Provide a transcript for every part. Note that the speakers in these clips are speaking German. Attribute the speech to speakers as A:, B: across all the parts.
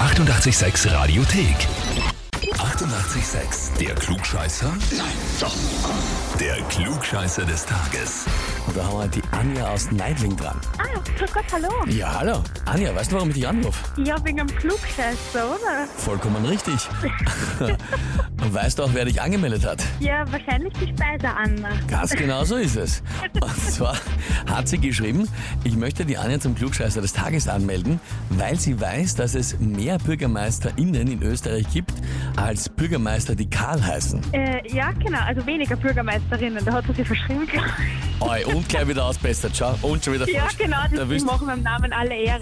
A: 886 Radiothek. 88,6. Der Klugscheißer? Nein, doch. Der Klugscheißer des Tages.
B: Und da haben wir die Anja aus Neidling dran.
C: Ah, grüß Gott, hallo.
B: Ja, hallo. Anja, weißt du, warum ich dich anrufe?
C: Ja, wegen einem Klugscheißer, oder?
B: Vollkommen richtig. Und weißt du auch, wer dich angemeldet hat?
C: Ja, wahrscheinlich die Speise, Anna.
B: Ganz genau so ist es. Und zwar hat sie geschrieben, ich möchte die Anja zum Klugscheißer des Tages anmelden, weil sie weiß, dass es mehr BürgermeisterInnen in Österreich gibt, als Bürgermeister, die Karl heißen.
C: Äh, ja, genau, also weniger Bürgermeisterinnen, da hat sie sich verschrieben. glaub ich.
B: Oi, und gleich wieder ausbessert, schau. Und schon wieder
C: ja,
B: falsch.
C: genau,
B: Da
C: das, die
B: willst-
C: machen meinem Namen alle Ehre.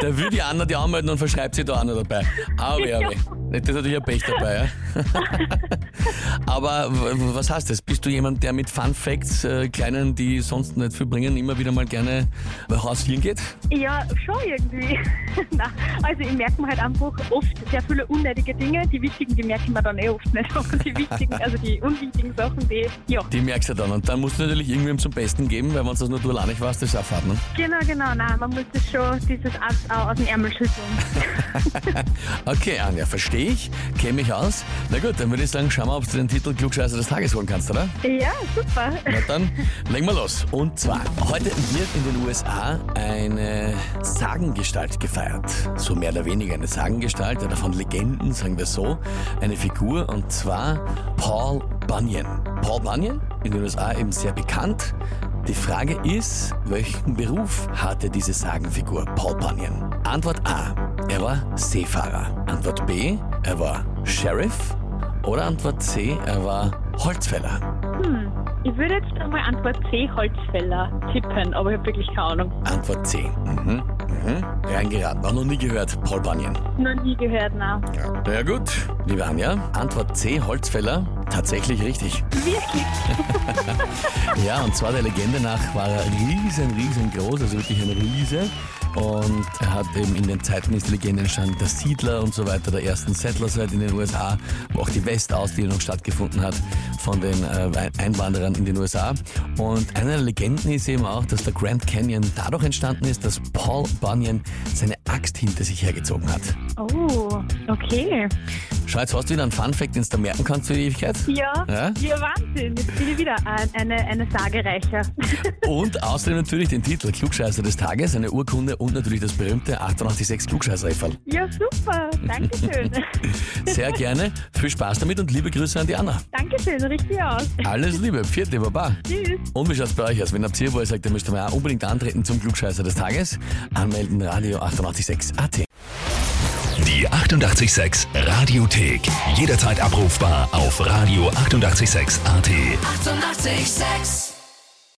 B: Da will die Anna die anmelden und verschreibt sie da Anna dabei. Auwe, auwe. Das ist natürlich ein Pech dabei, ja. Aber w- w- was heißt das? Bist du jemand, der mit Fun Facts, äh, kleinen, die sonst nicht viel bringen, immer wieder mal gerne hausieren geht?
C: ja, schon irgendwie. Na, also ich merke mir halt einfach oft sehr viele unnötige Dinge. Die wichtigen, die merke ich mir dann eh oft nicht. Aber die wichtigen, also die unwichtigen Sachen, die, ja.
B: Die merkst du dann. Und dann musst du natürlich irgendwem zum Besten geben, weil wenn du das nur du allein nicht warst, das ist auch fad, ne?
C: Genau, genau, nein, man muss das schon, dieses Ass auch aus dem Ärmel schütteln.
B: Okay, Anja, verstehe ich, kenne mich aus. Na gut, dann würde ich sagen, schau mal, ob du den Titel Klugscheißer des Tages holen kannst, oder?
C: ja, super.
B: Na dann, legen wir los. Und zwar, heute wird in den USA eine Sagengestalt gefeiert. So mehr oder weniger eine Sagengestalt oder von Legenden, sagen wir so. Eine Figur und zwar Paul Bunyan. Paul Bunyan, in den USA eben sehr bekannt. Die Frage ist, welchen Beruf hatte diese Sagenfigur Paul Bunyan? Antwort A. Er war Seefahrer. Antwort B. Er war Sheriff. Oder Antwort C. Er war Holzfäller.
C: Hm, ich würde jetzt einmal Antwort C, Holzfäller, tippen, aber ich habe wirklich keine Ahnung.
B: Antwort C. Mhm. Mhm. Reingeraten. Auch noch nie gehört, Paul Bunyan.
C: Noch nie gehört, na.
B: Ja. Na ja, gut, liebe Anja. Antwort C, Holzfäller. Tatsächlich richtig.
C: Wirklich?
B: Ja, und zwar der Legende nach war er riesen, riesengroß, also wirklich ein Riese. Und er hat eben in den Zeiten ist die Legende entstanden, der Siedler und so weiter, der ersten Settlerzeit in den USA, wo auch die Westausdehnung stattgefunden hat von den äh, Einwanderern in den USA. Und eine der Legenden ist eben auch, dass der Grand Canyon dadurch entstanden ist, dass Paul Bunyan seine Axt hinter sich hergezogen hat.
C: Oh, okay.
B: Schau, jetzt hast du wieder einen Funfact, den du da merken kannst für die Ewigkeit.
C: Ja,
B: Ja?
C: ja, Wahnsinn. Jetzt bin ich wieder ein, eine, eine Sagereicher.
B: Und außerdem natürlich den Titel Klugscheißer des Tages, eine Urkunde und natürlich das berühmte 886 klugscheißer -Eiferl.
C: ja, super. Dankeschön.
B: Sehr gerne, viel Spaß damit und liebe Grüße an die Anna.
C: Dankeschön, richtig aus.
B: Alles Liebe, vierte Baba.
C: Tschüss.
B: Und wie schaut's bei euch aus? Wenn habt ihr, wo ihr sagt, ihr müsst mal auch unbedingt antreten zum Klugscheißer des Tages, anmelden Radio 886 AT.
A: Die 88,6 Radiothek. Jederzeit abrufbar auf radio886.at. 88,6.
D: Eighty-eight, sex.